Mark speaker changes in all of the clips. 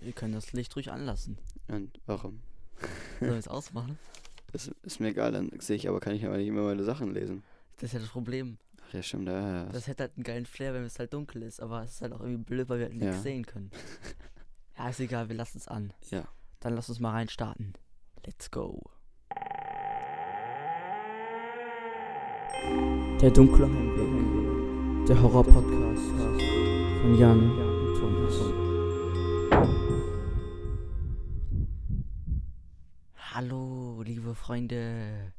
Speaker 1: Wir können das Licht ruhig anlassen.
Speaker 2: Und warum?
Speaker 1: Sollen wir es ausmachen?
Speaker 2: Das ist mir egal, dann sehe ich aber, kann ich aber nicht immer meine Sachen lesen.
Speaker 1: Das ist ja das Problem.
Speaker 2: Ach ja, stimmt, da.
Speaker 1: Das hätte halt einen geilen Flair, wenn es halt dunkel ist, aber es ist halt auch irgendwie blöd, weil wir halt nichts
Speaker 2: Ja.
Speaker 1: sehen können. Ja, ist egal, wir lassen es an.
Speaker 2: Ja.
Speaker 1: Dann lass uns mal rein starten. Let's go. Der dunkle Heimweg. Der Horror-Podcast von Jan und Thomas. Hallo, liebe Freunde.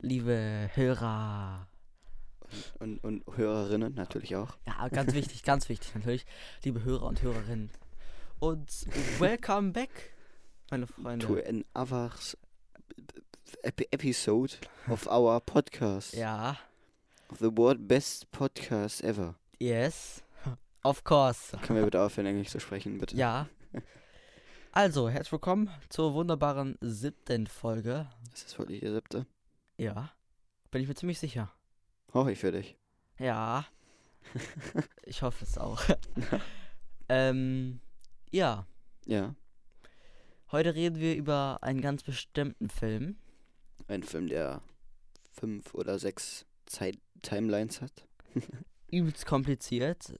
Speaker 1: Liebe Hörer.
Speaker 2: Und, und Hörerinnen natürlich auch.
Speaker 1: Ja, ganz wichtig, ganz wichtig natürlich. Liebe Hörer und Hörerinnen. Und welcome back, meine Freunde.
Speaker 2: To an other ep episode of our podcast.
Speaker 1: Ja,
Speaker 2: Of the world best podcast ever.
Speaker 1: yes. Of course.
Speaker 2: Können wir bitte aufhören, Englisch zu sprechen, bitte?
Speaker 1: Ja. Also, herzlich willkommen zur wunderbaren siebten Folge.
Speaker 2: Ist das wirklich die siebte?
Speaker 1: Ja. Bin ich mir ziemlich sicher.
Speaker 2: Hoffe ich für dich.
Speaker 1: Ja. Ich hoffe es auch. ähm, ja.
Speaker 2: Ja.
Speaker 1: Heute reden wir über einen ganz bestimmten Film.
Speaker 2: Ein Film, der fünf oder sechs Zeit Timelines hat.
Speaker 1: übelst kompliziert.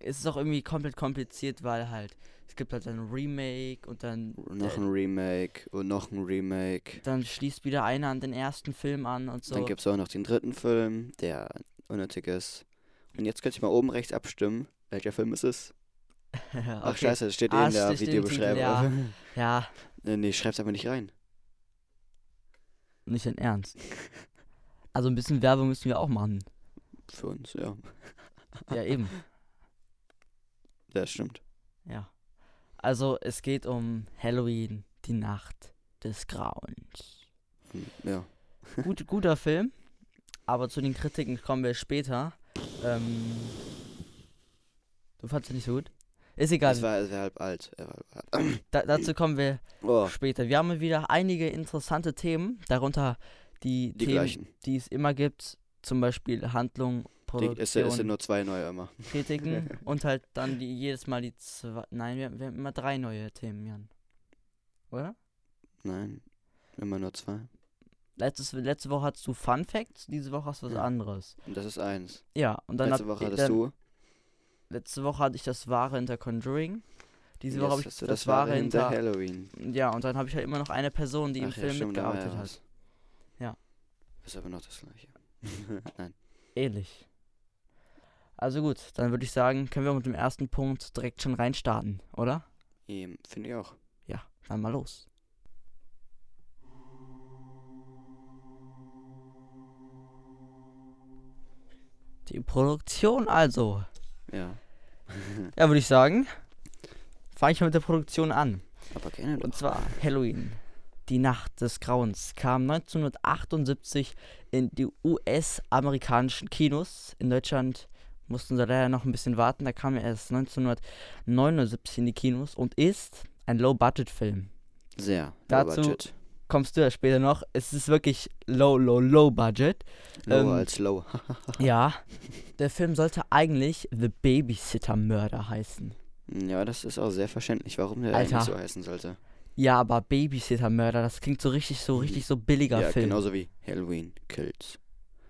Speaker 1: Es ist auch irgendwie komplett kompliziert, weil halt, es gibt halt ein Remake und dann,
Speaker 2: Noch ein Remake und noch ein Remake.
Speaker 1: dann schließt wieder einer an den ersten Film an und so.
Speaker 2: Dann gibt es auch noch den dritten Film, der unnötig ist. Und jetzt könnt ihr mal oben rechts abstimmen, welcher Film es ist.
Speaker 1: Ja,
Speaker 2: Ach
Speaker 1: okay.
Speaker 2: scheiße, das steht eh
Speaker 1: Ah,
Speaker 2: in
Speaker 1: es
Speaker 2: der
Speaker 1: steht im Titel,
Speaker 2: Videobeschreibung.
Speaker 1: ja. Ja,
Speaker 2: Äh, nee, schreib's aber nicht rein.
Speaker 1: nicht in Ernst. Also ein bisschen Werbung müssen wir auch machen.
Speaker 2: Für uns, ja.
Speaker 1: Ja, eben.
Speaker 2: Das stimmt.
Speaker 1: Ja. Also es geht um Halloween, die Nacht des Grauens.
Speaker 2: Hm, Ja.
Speaker 1: Gut, guter Film, aber zu den Kritiken kommen wir später. Ähm, du fandst ihn nicht so gut? Ist egal,
Speaker 2: Es war, es war halb alt. Er war halb alt.
Speaker 1: Da, dazu kommen wir
Speaker 2: Oh,
Speaker 1: später. Wir haben wieder einige interessante Themen, darunter die,
Speaker 2: die
Speaker 1: Themen,
Speaker 2: gleichen.
Speaker 1: die es immer gibt, zum Beispiel Handlung,
Speaker 2: Die,
Speaker 1: Produktion,
Speaker 2: es, sind- es sind nur zwei neue immer.
Speaker 1: Kritiken und halt dann die, jedes Mal die zwei, nein, wir, wir haben immer drei neue Themen, Jan. Oder?
Speaker 2: Nein, immer nur zwei.
Speaker 1: Letztes, letzte Woche hattest du Fun Facts, diese Woche hast du was
Speaker 2: Ja.
Speaker 1: anderes.
Speaker 2: Und das ist eins.
Speaker 1: Ja, und dann
Speaker 2: Letzte
Speaker 1: hab-
Speaker 2: Woche hattest
Speaker 1: dann,
Speaker 2: du.
Speaker 1: letzte Woche hatte ich das wahre hinter Conjuring. Diese Woche habe ich
Speaker 2: hast
Speaker 1: das,
Speaker 2: du
Speaker 1: wahre hinter,
Speaker 2: Halloween.
Speaker 1: ja, und dann habe ich halt immer noch eine Person, die im
Speaker 2: Ach ja,
Speaker 1: Film
Speaker 2: stimmt, da war
Speaker 1: mitgearbeitet hat.
Speaker 2: was.
Speaker 1: Ja.
Speaker 2: Ist aber noch das gleiche. Nein.
Speaker 1: Ähnlich. Also gut, dann würde ich sagen, können wir mit dem ersten Punkt direkt schon reinstarten, oder?
Speaker 2: Ähm, Finde ich auch.
Speaker 1: Ja, dann mal los. Die Produktion also.
Speaker 2: Ja.
Speaker 1: Ja, würde ich sagen, fange ich mal mit der Produktion an.
Speaker 2: aber gerne doch.
Speaker 1: Und zwar Halloween. Die Nacht des Grauens kam 1978 in die US-amerikanischen Kinos. In Deutschland mussten sie leider noch ein bisschen warten. Da kam er erst 1979 in die Kinos und ist ein Low-Budget-Film.
Speaker 2: Sehr. Low
Speaker 1: Dazu-
Speaker 2: Budget.
Speaker 1: Kommst du ja später noch. Es ist wirklich low, low, low budget.
Speaker 2: Lower
Speaker 1: ähm,
Speaker 2: als low.
Speaker 1: Ja. Der Film sollte eigentlich The Babysitter Murder heißen.
Speaker 2: ja, das ist auch sehr verständlich, warum der
Speaker 1: Alter.
Speaker 2: eigentlich so heißen sollte.
Speaker 1: Ja, aber Babysitter Murder, das klingt so richtig, so richtig so billiger
Speaker 2: ja,
Speaker 1: Film.
Speaker 2: genauso wie Halloween Kills.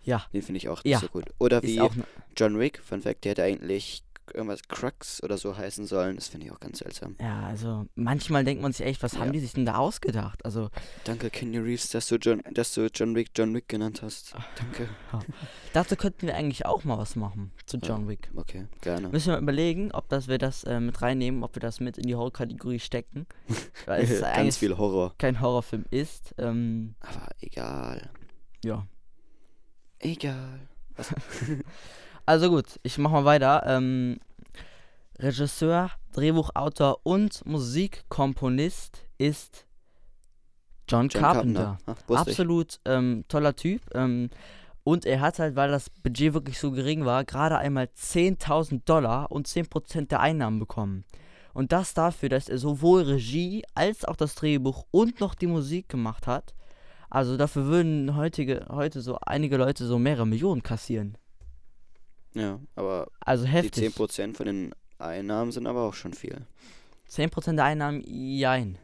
Speaker 1: Ja.
Speaker 2: Den finde ich auch nicht
Speaker 1: Ja.
Speaker 2: so gut. Oder
Speaker 1: Ist
Speaker 2: wie
Speaker 1: auch
Speaker 2: John Wick, Fun Fact, der hätte eigentlich irgendwas Crux oder so heißen sollen. Das finde ich auch ganz seltsam.
Speaker 1: Ja, also manchmal denkt man sich echt, was
Speaker 2: Ja.
Speaker 1: haben die sich denn da ausgedacht? Also
Speaker 2: Danke, Kenny Reeves, dass du John, dass du John Wick John Wick genannt hast.
Speaker 1: Ah.
Speaker 2: Danke.
Speaker 1: dazu könnten wir eigentlich auch mal was machen zu
Speaker 2: Ja.
Speaker 1: John Wick.
Speaker 2: Okay, gerne.
Speaker 1: Müssen wir mal überlegen, ob das wir das äh, mit reinnehmen, ob wir das mit in die Horror-Kategorie stecken. Weil es
Speaker 2: ganz
Speaker 1: eigentlich
Speaker 2: viel Horror.
Speaker 1: kein Horrorfilm ist. Ähm,
Speaker 2: Aber egal.
Speaker 1: ja.
Speaker 2: Egal.
Speaker 1: Also gut, ich mach mal weiter. Ähm, Regisseur, Drehbuchautor und Musikkomponist ist John,
Speaker 2: John
Speaker 1: Carpenter.
Speaker 2: Carpenter. Ach, wusste ich.
Speaker 1: Absolut ähm, toller Typ. Ähm, und er hat halt, weil das Budget wirklich so gering war, gerade einmal 10.000 Dollar und 10% der Einnahmen bekommen. Und das dafür, dass er sowohl Regie als auch das Drehbuch und noch die Musik gemacht hat. Also dafür würden heutige, heute so einige Leute so mehrere Millionen kassieren.
Speaker 2: Ja, aber
Speaker 1: Also heftig.
Speaker 2: die 10% von den Einnahmen sind aber auch schon viel.
Speaker 1: 10% der Einnahmen, jein.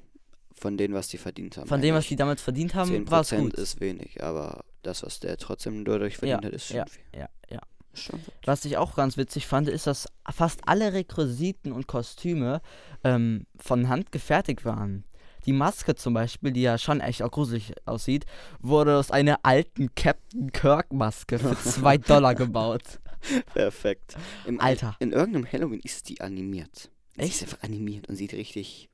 Speaker 2: Von dem, was die verdient haben.
Speaker 1: Von dem, was
Speaker 2: meine
Speaker 1: die damals verdient
Speaker 2: ich.
Speaker 1: haben, war es
Speaker 2: 10%
Speaker 1: gut.
Speaker 2: ist wenig, aber das, was der trotzdem dadurch verdient hat, ist schon
Speaker 1: ja,
Speaker 2: viel.
Speaker 1: ja, ja.
Speaker 2: Ist Schon viel.
Speaker 1: Was ich auch ganz witzig fand, ist, dass fast alle Requisiten und Kostüme ähm, von Hand gefertigt waren. Die Maske zum Beispiel, die ja schon echt auch gruselig aussieht, wurde aus einer alten Captain Kirk-Maske für 2 Dollar gebaut.
Speaker 2: Perfekt. Im
Speaker 1: Alter.
Speaker 2: In irgendeinem Halloween ist die animiert. Sie
Speaker 1: Echt?
Speaker 2: ist einfach animiert und sieht richtig.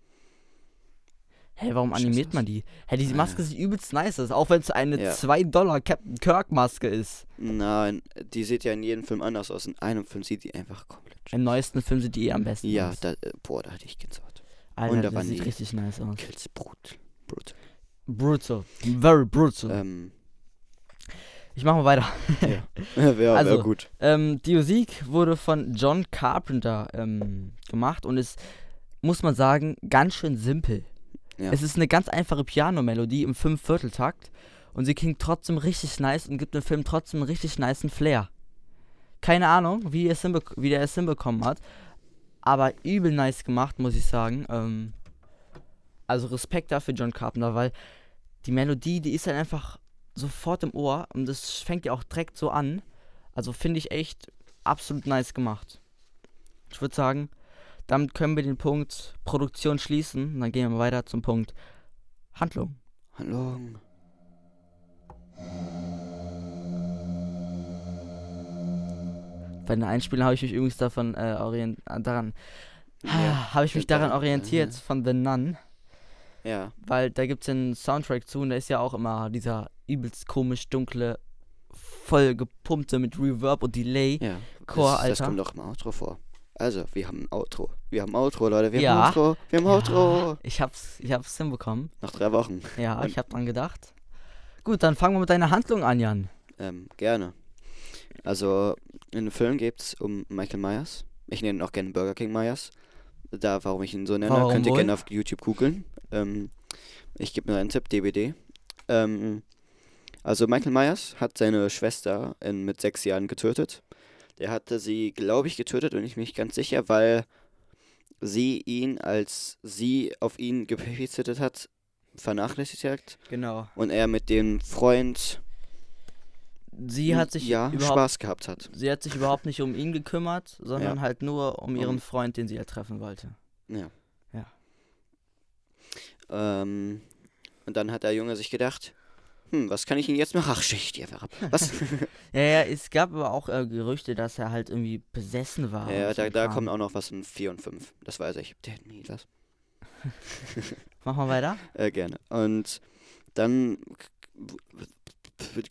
Speaker 1: Hey, warum
Speaker 2: Scheiß
Speaker 1: animiert
Speaker 2: aus.
Speaker 1: man die? Hey, diese
Speaker 2: Ja.
Speaker 1: Maske sieht übelst nice aus, auch wenn es eine
Speaker 2: Ja.
Speaker 1: 2 Dollar Captain Kirk-Maske ist.
Speaker 2: Nein, die sieht ja in jedem Film anders aus. In einem Film sieht die einfach komplett.
Speaker 1: Im neuesten Film sieht die eh am besten
Speaker 2: Ja,
Speaker 1: aus.
Speaker 2: da, äh, boah, da hatte ich Gänsehaut.
Speaker 1: Alter,
Speaker 2: und da
Speaker 1: das
Speaker 2: waren
Speaker 1: sieht
Speaker 2: die-
Speaker 1: richtig nice aus.
Speaker 2: Kills Brut. Brut.
Speaker 1: Brutal. Very brutal.
Speaker 2: Ähm,
Speaker 1: Ich mach mal weiter.
Speaker 2: ja. Wäre wär
Speaker 1: Also,
Speaker 2: gut.
Speaker 1: Ähm, die Musik wurde von John Carpenter ähm, gemacht und ist, muss man sagen, ganz schön simpel.
Speaker 2: Ja.
Speaker 1: Es ist eine ganz einfache Piano-Melodie im Fünfvierteltakt und sie klingt trotzdem richtig nice und gibt dem Film trotzdem einen richtig niceen Flair. Keine Ahnung, wie, er es hinbek- wie der es hinbekommen hat, aber übel nice gemacht, muss ich sagen. Ähm, also Respekt dafür, John Carpenter, weil die Melodie, die ist halt einfach sofort im Ohr und das fängt ja auch direkt so an. Also finde ich echt absolut nice gemacht. Ich würde sagen, damit können wir den Punkt Produktion schließen. Und dann gehen wir weiter zum Punkt Handlung.
Speaker 2: Hallo.
Speaker 1: Bei den Einspielen habe ich mich übrigens davon äh, orient äh, daran
Speaker 2: Ja.
Speaker 1: habe ich mich daran
Speaker 2: daran,
Speaker 1: orientiert
Speaker 2: ja.
Speaker 1: von The Nun,
Speaker 2: ja.
Speaker 1: weil da gibt es einen Soundtrack zu und da ist ja auch immer dieser übelst komisch dunkle, voll gepumpte mit Reverb und Delay.
Speaker 2: Ja.
Speaker 1: Chor,
Speaker 2: das, das
Speaker 1: Alter.
Speaker 2: kommt doch im Outro vor. Also, wir haben ein Outro. Wir haben ein Outro, Leute. Wir
Speaker 1: Ja.
Speaker 2: haben ein Outro. Wir haben ein Outro.
Speaker 1: Ja, ich hab's, ich hab's hinbekommen.
Speaker 2: Nach drei Wochen.
Speaker 1: Ja,
Speaker 2: Und-
Speaker 1: ich hab dran gedacht. Gut, dann fangen wir mit deiner Handlung an, Jan.
Speaker 2: Ähm, gerne. Also, in dem Film geht's um Michael Myers. Ich nenne ihn auch gerne Burger King Myers. Da, warum ich ihn so nenne,
Speaker 1: Warum
Speaker 2: könnt ihr
Speaker 1: wohl?
Speaker 2: gerne auf YouTube googeln. Ähm, ich gebe nur einen Tipp, DBD. Ähm, also, Michael Myers hat seine Schwester in, mit sechs Jahren getötet. Der hatte sie, glaube ich, getötet und ich bin nicht ganz sicher, weil sie ihn, als sie auf ihn gepapizittet hat, vernachlässigt hat.
Speaker 1: Genau.
Speaker 2: Und er mit dem Freund
Speaker 1: Sie hat sich
Speaker 2: Hm, ja,
Speaker 1: überhaupt
Speaker 2: Spaß gehabt hat.
Speaker 1: sie hat sich überhaupt nicht um ihn gekümmert, sondern
Speaker 2: Ja.
Speaker 1: halt nur um ihren
Speaker 2: Um-
Speaker 1: Freund, den sie halt treffen wollte.
Speaker 2: Ähm, und dann hat der Junge sich gedacht, hm, was kann ich ihn jetzt machen? Ach, Schicht, die einfach ab. Was?
Speaker 1: Ja, ja, es gab aber auch äh, Gerüchte, dass er halt irgendwie besessen war.
Speaker 2: ja,
Speaker 1: und so
Speaker 2: da,
Speaker 1: Ah, ein
Speaker 2: da
Speaker 1: Kram.
Speaker 2: kommen auch noch was in 4 und 5. Das weiß ich. Der hat nie das.
Speaker 1: Mach mal weiter.
Speaker 2: Äh, gerne. Und dann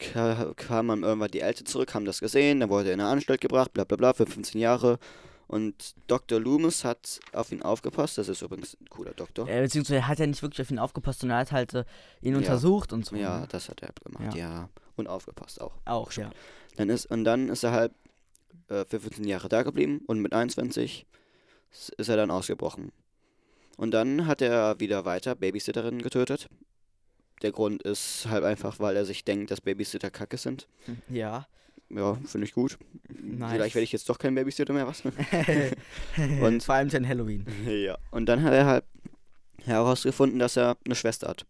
Speaker 2: k- kam man irgendwann die Eltern zurück, haben das gesehen, dann wurde er in eine Anstalt gebracht, bla bla bla, für 15 Jahre. Und Dr. Loomis hat auf ihn aufgepasst. Das ist übrigens ein cooler Doktor.
Speaker 1: Äh, beziehungsweise er hat ja nicht wirklich auf ihn aufgepasst, sondern er hat halt äh, ihn
Speaker 2: Ja.
Speaker 1: untersucht und so.
Speaker 2: Ja,
Speaker 1: ne?
Speaker 2: das hat er gemacht, ja. Und aufgepasst auch.
Speaker 1: Auch, ja.
Speaker 2: Dann ist, und dann ist er halt äh, für 15 Jahre da geblieben und mit 21 s- ist er dann ausgebrochen. Und dann hat er wieder weiter Babysitterinnen getötet. Der Grund ist halt einfach, weil er sich denkt, dass Babysitter kacke sind.
Speaker 1: Ja.
Speaker 2: Ja, finde ich gut.
Speaker 1: Nice.
Speaker 2: Vielleicht werde ich jetzt doch kein Babysitter mehr, was?
Speaker 1: und vor allem dann Halloween.
Speaker 2: ja. Und dann hat er halt herausgefunden, dass er eine Schwester hat.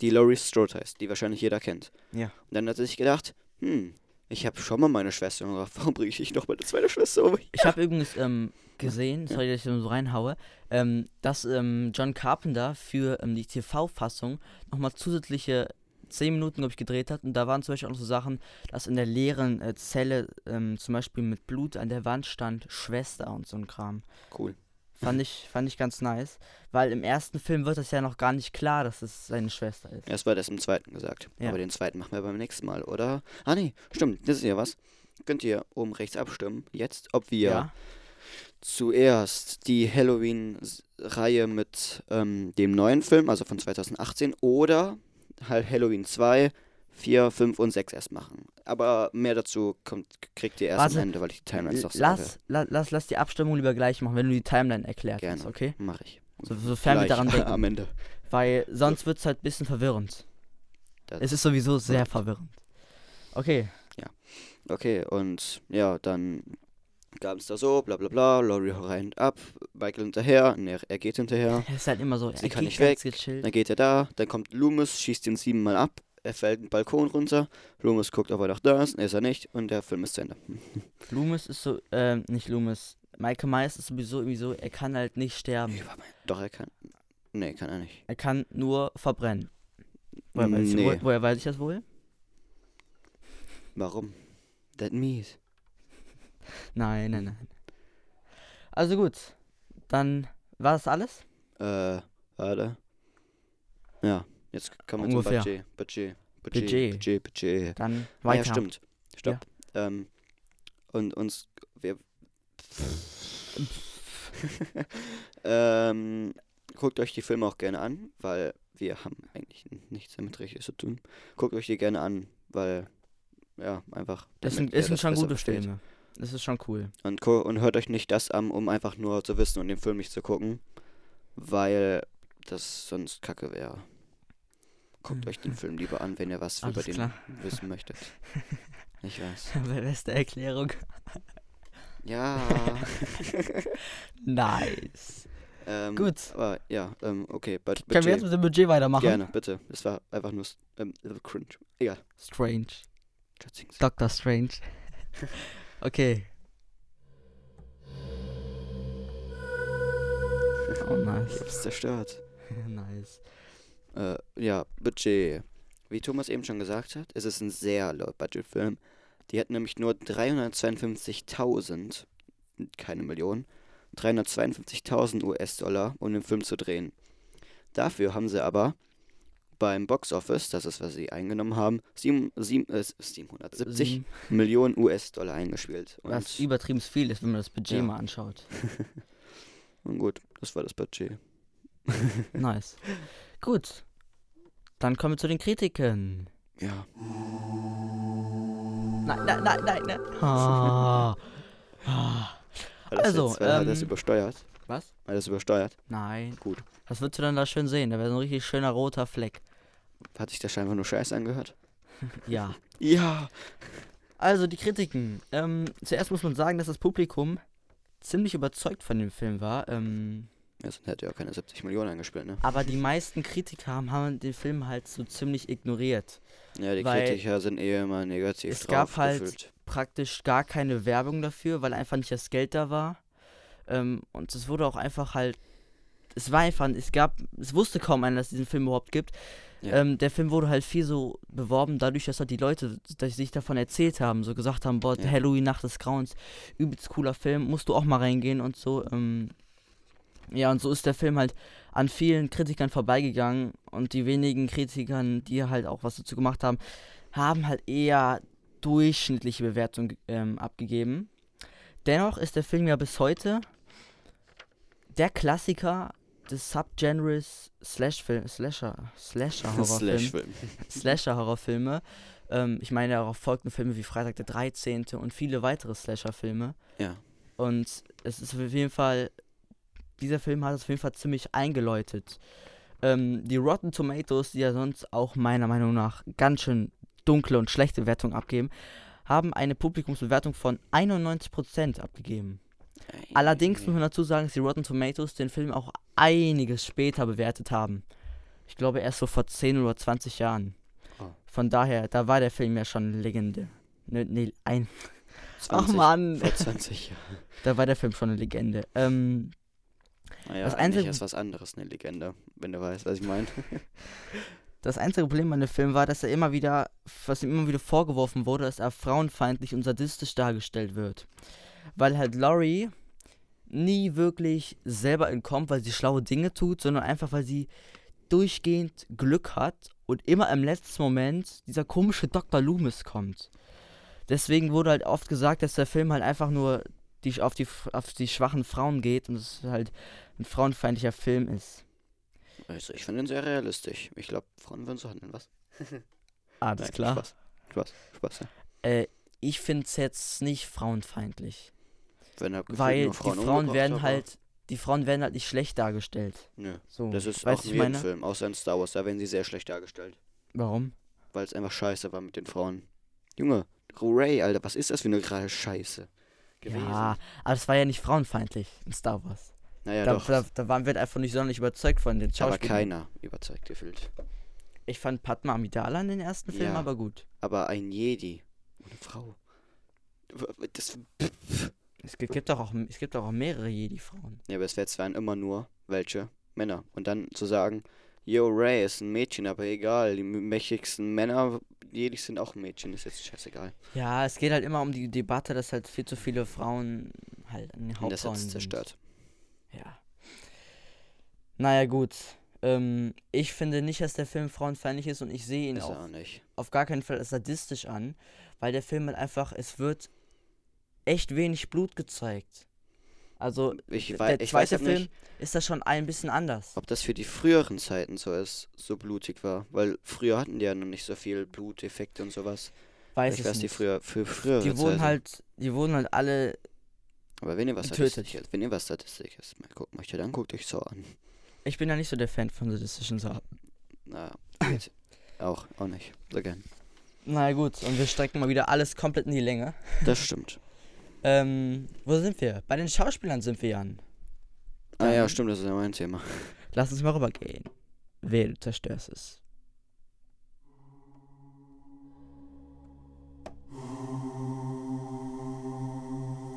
Speaker 2: Die Laurie Strode heißt, die wahrscheinlich jeder kennt.
Speaker 1: Ja.
Speaker 2: Und dann hat er sich gedacht, hm, ich habe schon mal meine Schwester umgebracht. Warum bringe ich nicht noch meine zweite Schwester um?
Speaker 1: Ich habe übrigens ähm, gesehen, sorry, dass ich so reinhaue, ähm, dass ähm, John Carpenter für ähm, die TV-Fassung nochmal zusätzliche 10 Minuten, glaube ich, gedreht hat. Und da waren zum Beispiel auch noch so Sachen, dass in der leeren äh, Zelle ähm, zum Beispiel mit Blut an der Wand stand Schwester und so ein Kram.
Speaker 2: Cool.
Speaker 1: Fand ich, fand ich ganz nice, weil im ersten Film wird das ja noch gar nicht klar, dass es seine Schwester ist.
Speaker 2: Erst war das im zweiten gesagt.
Speaker 1: Ja.
Speaker 2: Aber den zweiten machen wir beim nächsten Mal, oder? Ah nee, stimmt, das ist ja was. Könnt ihr oben rechts abstimmen, jetzt, ob wir zuerst die Halloween-Reihe mit ähm, dem neuen Film, also von 2018, oder halt Halloween 2, 4, 5 und 6 erst machen. Aber mehr dazu kommt, kriegt ihr erst
Speaker 1: Warte,
Speaker 2: am Ende, weil ich die Timelines noch sage.
Speaker 1: Lass, la, lass, lass die Abstimmung lieber gleich machen, wenn du die Timeline erklärt
Speaker 2: Gerne.
Speaker 1: hast, okay?
Speaker 2: Mach ich.
Speaker 1: So, sofern wir
Speaker 2: Gleich
Speaker 1: daran denken.
Speaker 2: Am Ende.
Speaker 1: Weil sonst wird es halt ein bisschen verwirrend.
Speaker 2: Das-
Speaker 1: es ist halt sowieso sehr
Speaker 2: korrekt.
Speaker 1: verwirrend. Okay,
Speaker 2: Okay, und ja, dann Gab's da so, bla bla bla, Laurie rennt ab, Michael hinterher, ne, er geht hinterher,
Speaker 1: Er ist halt immer so,
Speaker 2: Sie
Speaker 1: er
Speaker 2: kann
Speaker 1: geht
Speaker 2: nicht
Speaker 1: ganz
Speaker 2: weg.
Speaker 1: gechillt.
Speaker 2: dann geht er da, dann kommt Loomis, schießt ihn siebenmal ab, er fällt den Balkon runter, Loomis guckt, ob er noch da ist, ne, ist er nicht, und der Film ist zu Ende.
Speaker 1: Loomis ist so, ähm, nicht Loomis. Michael Myers ist sowieso irgendwie so, er kann halt nicht sterben.
Speaker 2: Doch, er kann. Nee, kann er nicht.
Speaker 1: Er kann nur verbrennen. Woher weiß,
Speaker 2: Nee.
Speaker 1: wo, woher weiß ich das wohl?
Speaker 2: Warum? That mies.
Speaker 1: Nein, nein, nein. Also gut, dann war das alles?
Speaker 2: Äh, warte. Ja, jetzt kann man
Speaker 1: Ungefähr.
Speaker 2: zum Budget. Budget.
Speaker 1: Budget.
Speaker 2: Budget. Budget. Budget.
Speaker 1: Dann
Speaker 2: Ah,
Speaker 1: weiter.
Speaker 2: Ja, stimmt. Stopp. Ähm, und uns. Wir. ähm, guckt euch die Filme auch gerne an, weil wir haben eigentlich nichts damit richtig zu tun. Guckt euch die gerne an, weil. Ja, einfach.
Speaker 1: Das
Speaker 2: damit
Speaker 1: sind,
Speaker 2: ihr
Speaker 1: das sind schon
Speaker 2: besser
Speaker 1: gute
Speaker 2: versteht.
Speaker 1: Filme. Das ist schon cool.
Speaker 2: Und, gu- und hört euch nicht das an, um einfach nur zu wissen und den Film nicht zu gucken, weil das sonst kacke wäre. Guckt euch den Film lieber an, wenn ihr was
Speaker 1: Hm. Alles
Speaker 2: über den
Speaker 1: klar.
Speaker 2: wissen möchtet. Ich weiß.
Speaker 1: Aber Beste Erklärung.
Speaker 2: Ja.
Speaker 1: Nice.
Speaker 2: ähm,
Speaker 1: Gut.
Speaker 2: Aber, ja, ähm, okay. But,
Speaker 1: Können wir jetzt mit dem Budget weitermachen?
Speaker 2: Gerne, bitte. Es war einfach nur s- ähm, cringe. Egal.
Speaker 1: Strange.
Speaker 2: Tschüss.
Speaker 1: Dr. Strange. okay. Oh,
Speaker 2: Ich
Speaker 1: nice.
Speaker 2: hab's zerstört.
Speaker 1: nice.
Speaker 2: Äh, ja, Budget. Wie Thomas eben schon gesagt hat, es ist ein sehr Low-Budget-Film. Die hatten nämlich nur 352.000, keine Million, 352.000 US-Dollar, um den Film zu drehen. Dafür haben sie aber beim Box-Office, das ist, was sie eingenommen haben, sieben, sieben, äh, 770
Speaker 1: Sieben,
Speaker 2: Millionen US-Dollar eingespielt. Und,
Speaker 1: Was übertrieben viel ist, wenn man das Budget
Speaker 2: Ja.
Speaker 1: mal anschaut.
Speaker 2: und gut, das war das Budget.
Speaker 1: Nice. Gut. Dann kommen wir zu den Kritiken.
Speaker 2: Ja.
Speaker 1: Nein, nein, nein, nein, nein. Ah. Ah.
Speaker 2: War das
Speaker 1: Also,
Speaker 2: jetzt, war das
Speaker 1: ähm,
Speaker 2: übersteuert?
Speaker 1: Was?
Speaker 2: War das übersteuert?
Speaker 1: Nein.
Speaker 2: Gut.
Speaker 1: Was würdest du dann da schön sehen? Da wäre so ein richtig schöner roter Fleck.
Speaker 2: Hat sich das scheinbar nur Scheiß angehört?
Speaker 1: Ja.
Speaker 2: Ja!
Speaker 1: Also die Kritiken. Ähm, zuerst muss man sagen, dass das Publikum ziemlich überzeugt von dem Film war. Ähm,
Speaker 2: Ja, sonst hätte er ja keine 70 Millionen eingespielt, ne?
Speaker 1: aber die meisten Kritiker haben, haben den Film halt so ziemlich ignoriert.
Speaker 2: Ja, die
Speaker 1: Weil
Speaker 2: Kritiker sind eh immer negativ
Speaker 1: es
Speaker 2: drauf
Speaker 1: gab halt-
Speaker 2: gefühlt.
Speaker 1: Praktisch gar keine Werbung dafür, weil einfach nicht das Geld da war. Ähm, und es wurde auch einfach halt. Es war einfach, es gab, es wusste kaum einer, dass es diesen Film überhaupt gibt.
Speaker 2: Ja.
Speaker 1: Ähm, der Film wurde halt viel so beworben, dadurch, dass halt die Leute dass sie sich davon erzählt haben, so gesagt haben, boah,
Speaker 2: Ja.
Speaker 1: Halloween, Nacht des Grauens, übelst cooler Film, musst du auch mal reingehen und so. Ähm, ja, und so ist der Film halt an vielen Kritikern vorbeigegangen und die wenigen Kritikern, die halt auch was dazu gemacht haben, haben halt eher durchschnittliche Bewertungen ähm, abgegeben. Dennoch ist der Film ja bis heute der Klassiker des Subgenres Slash-Film, Slasher, Slasher-Horrorfilm.
Speaker 2: Slash-Film.
Speaker 1: Slasher-Horrorfilme. Ähm, ich meine, darauf folgten Filme wie Freitag der 13. und viele weitere Slasher-Filme.
Speaker 2: Ja.
Speaker 1: Und es ist auf jeden Fall, dieser Film hat es auf jeden Fall ziemlich eingeläutet. Ähm, die Rotten Tomatoes, die ja sonst auch meiner Meinung nach ganz schön dunkle und schlechte Wertungen abgeben, haben eine Publikumsbewertung von 91% abgegeben. Allerdings muss man dazu sagen, dass die Rotten Tomatoes den Film auch einiges später bewertet haben. Ich glaube erst so vor 10 oder 20 Jahren.
Speaker 2: Oh.
Speaker 1: Von daher, da war der Film ja schon eine Legende. Ne, ne, ein.
Speaker 2: 20,
Speaker 1: Ach man,
Speaker 2: Vor 20 Jahren.
Speaker 1: da war der Film schon eine Legende. Ähm,
Speaker 2: Naja,
Speaker 1: Das
Speaker 2: das
Speaker 1: einzige-
Speaker 2: eigentlich ist was anderes, eine Legende, wenn du weißt, was ich meine.
Speaker 1: das einzige Problem an dem Film war, dass er immer wieder, was ihm immer wieder vorgeworfen wurde, dass er frauenfeindlich und sadistisch dargestellt wird. Weil halt Laurie nie wirklich selber entkommt, weil sie schlaue Dinge tut, sondern einfach, weil sie durchgehend Glück hat und immer im letzten Moment dieser komische Dr. Loomis kommt. Deswegen wurde halt oft gesagt, dass der Film halt einfach nur die, auf, die, auf die schwachen Frauen geht und es halt ein frauenfeindlicher Film ist.
Speaker 2: Also, ich finde ihn sehr realistisch. Ich glaube, Frauen würden so handeln, was?
Speaker 1: Alles
Speaker 2: Nein, Spaß. Spaß, Spaß, ja.
Speaker 1: Äh, ich finde es jetzt nicht frauenfeindlich.
Speaker 2: Wenn er gefühlt
Speaker 1: weil
Speaker 2: nur Frauen
Speaker 1: die Frauen
Speaker 2: umgebracht
Speaker 1: werden
Speaker 2: hat,
Speaker 1: halt. Die Frauen werden halt nicht schlecht dargestellt.
Speaker 2: aber- Nö.
Speaker 1: So.
Speaker 2: Das ist
Speaker 1: Mhm. weißt
Speaker 2: auch
Speaker 1: du,
Speaker 2: in
Speaker 1: ich
Speaker 2: jedem
Speaker 1: meine?
Speaker 2: Film, außer in Star Wars, da werden sie sehr schlecht dargestellt.
Speaker 1: Warum?
Speaker 2: Weil es einfach scheiße war mit den Frauen. Junge, Ray, Alter, was ist das für eine gerade Scheiße? gewesen.
Speaker 1: Ja, aber es war ja nicht frauenfeindlich in Star Wars.
Speaker 2: naja,
Speaker 1: da,
Speaker 2: doch.
Speaker 1: da, da waren wir halt einfach nicht sonderlich überzeugt von den
Speaker 2: aber
Speaker 1: Schauspielern.
Speaker 2: keiner überzeugt gefühlt.
Speaker 1: Ich fand Padma Amidala in den ersten Film
Speaker 2: Ja.
Speaker 1: aber gut.
Speaker 2: Aber ein Jedi. Eine Frau. W- Das,
Speaker 1: Es gibt, gibt doch auch, es gibt doch auch mehrere Jedi-Frauen.
Speaker 2: ja, aber es wär- es wären immer nur welche Männer. Und dann zu sagen, yo, Ray ist ein Mädchen, aber egal, die mächtigsten Männer, Jedis sind auch Mädchen, ist jetzt scheißegal.
Speaker 1: Ja, es geht halt immer um die Debatte, dass halt viel zu viele Frauen halt an den
Speaker 2: Und das
Speaker 1: Hauptrollen
Speaker 2: hat's
Speaker 1: sind.
Speaker 2: zerstört.
Speaker 1: Ja. Naja, gut. Ähm, ich finde nicht, dass der Film frauenfeindlich ist und ich sehe ihn
Speaker 2: Ist er
Speaker 1: auch
Speaker 2: auch nicht.
Speaker 1: auf gar keinen Fall als sadistisch an, weil der Film halt einfach, es wird echt wenig Blut gezeigt. Also,
Speaker 2: Ich,
Speaker 1: der
Speaker 2: wei ich weiß
Speaker 1: zweite
Speaker 2: halt
Speaker 1: Film
Speaker 2: nicht,
Speaker 1: ist das schon ein bisschen anders.
Speaker 2: ob das für die früheren Zeiten so ist, so blutig war. Weil früher hatten die ja noch nicht so viel Bluteffekte und sowas.
Speaker 1: Weiß
Speaker 2: ich
Speaker 1: ich
Speaker 2: weiß die also.
Speaker 1: nicht.
Speaker 2: früher, für frühere
Speaker 1: Die wurden
Speaker 2: Zeiten.
Speaker 1: halt, die wurden halt alle
Speaker 2: Aber wenn ihr was
Speaker 1: getötet.
Speaker 2: Statistik ist, wenn ihr was Statistik ist, mal gucken möchtet, dann guckt euch so an.
Speaker 1: Ich bin ja nicht so der Fan von sadistischen Sachen.
Speaker 2: Na, geht. auch, auch nicht. So gern.
Speaker 1: Na gut, und wir strecken mal wieder alles komplett in die Länge.
Speaker 2: Das stimmt.
Speaker 1: Ähm, wo sind wir? Bei den Schauspielern sind wir, Jan.
Speaker 2: Ah ja,
Speaker 1: Dann-
Speaker 2: stimmt, das ist ja mein Thema.
Speaker 1: Lass uns mal rübergehen. Wer du zerstörst es.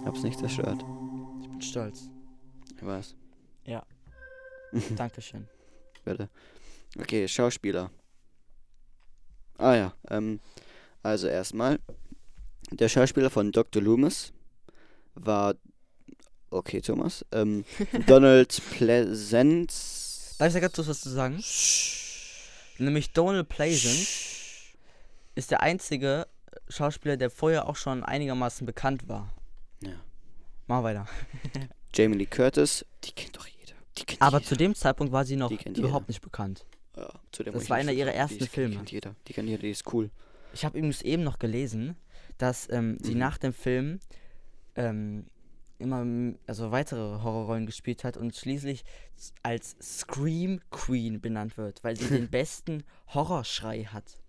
Speaker 2: Hab's nicht zerstört.
Speaker 1: Ich bin stolz.
Speaker 2: Ich weiß.
Speaker 1: Ja. Dankeschön.
Speaker 2: Bitte. Okay, Schauspieler. Ah ja, ähm, also erstmal, der Schauspieler von Dr. Loomis war, okay Thomas, ähm, Donald Pleasence.
Speaker 1: Darf ich da ganz kurz was zu sagen? Nämlich Donald Pleasant ist der einzige Schauspieler, der vorher auch schon einigermaßen bekannt war.
Speaker 2: Ja.
Speaker 1: Mach weiter.
Speaker 2: Jamie Lee Curtis, die kennt doch jeder. Die kennt
Speaker 1: Aber
Speaker 2: jeder.
Speaker 1: zu dem Zeitpunkt war sie noch
Speaker 2: Die kennt
Speaker 1: überhaupt
Speaker 2: jeder.
Speaker 1: nicht bekannt.
Speaker 2: Ja, zu dem
Speaker 1: Das
Speaker 2: muss ich
Speaker 1: war
Speaker 2: nicht
Speaker 1: einer ihrer
Speaker 2: verraten.
Speaker 1: ersten
Speaker 2: die ist,
Speaker 1: Filme.
Speaker 2: Die kennt jeder, die kennt jeder, die ist cool.
Speaker 1: Ich habe übrigens eben noch gelesen, dass ähm, sie nach dem Film ähm, immer m- also weitere Horrorrollen gespielt hat und schließlich s- als Scream Queen benannt wird, weil sie den besten Horrorschrei hat.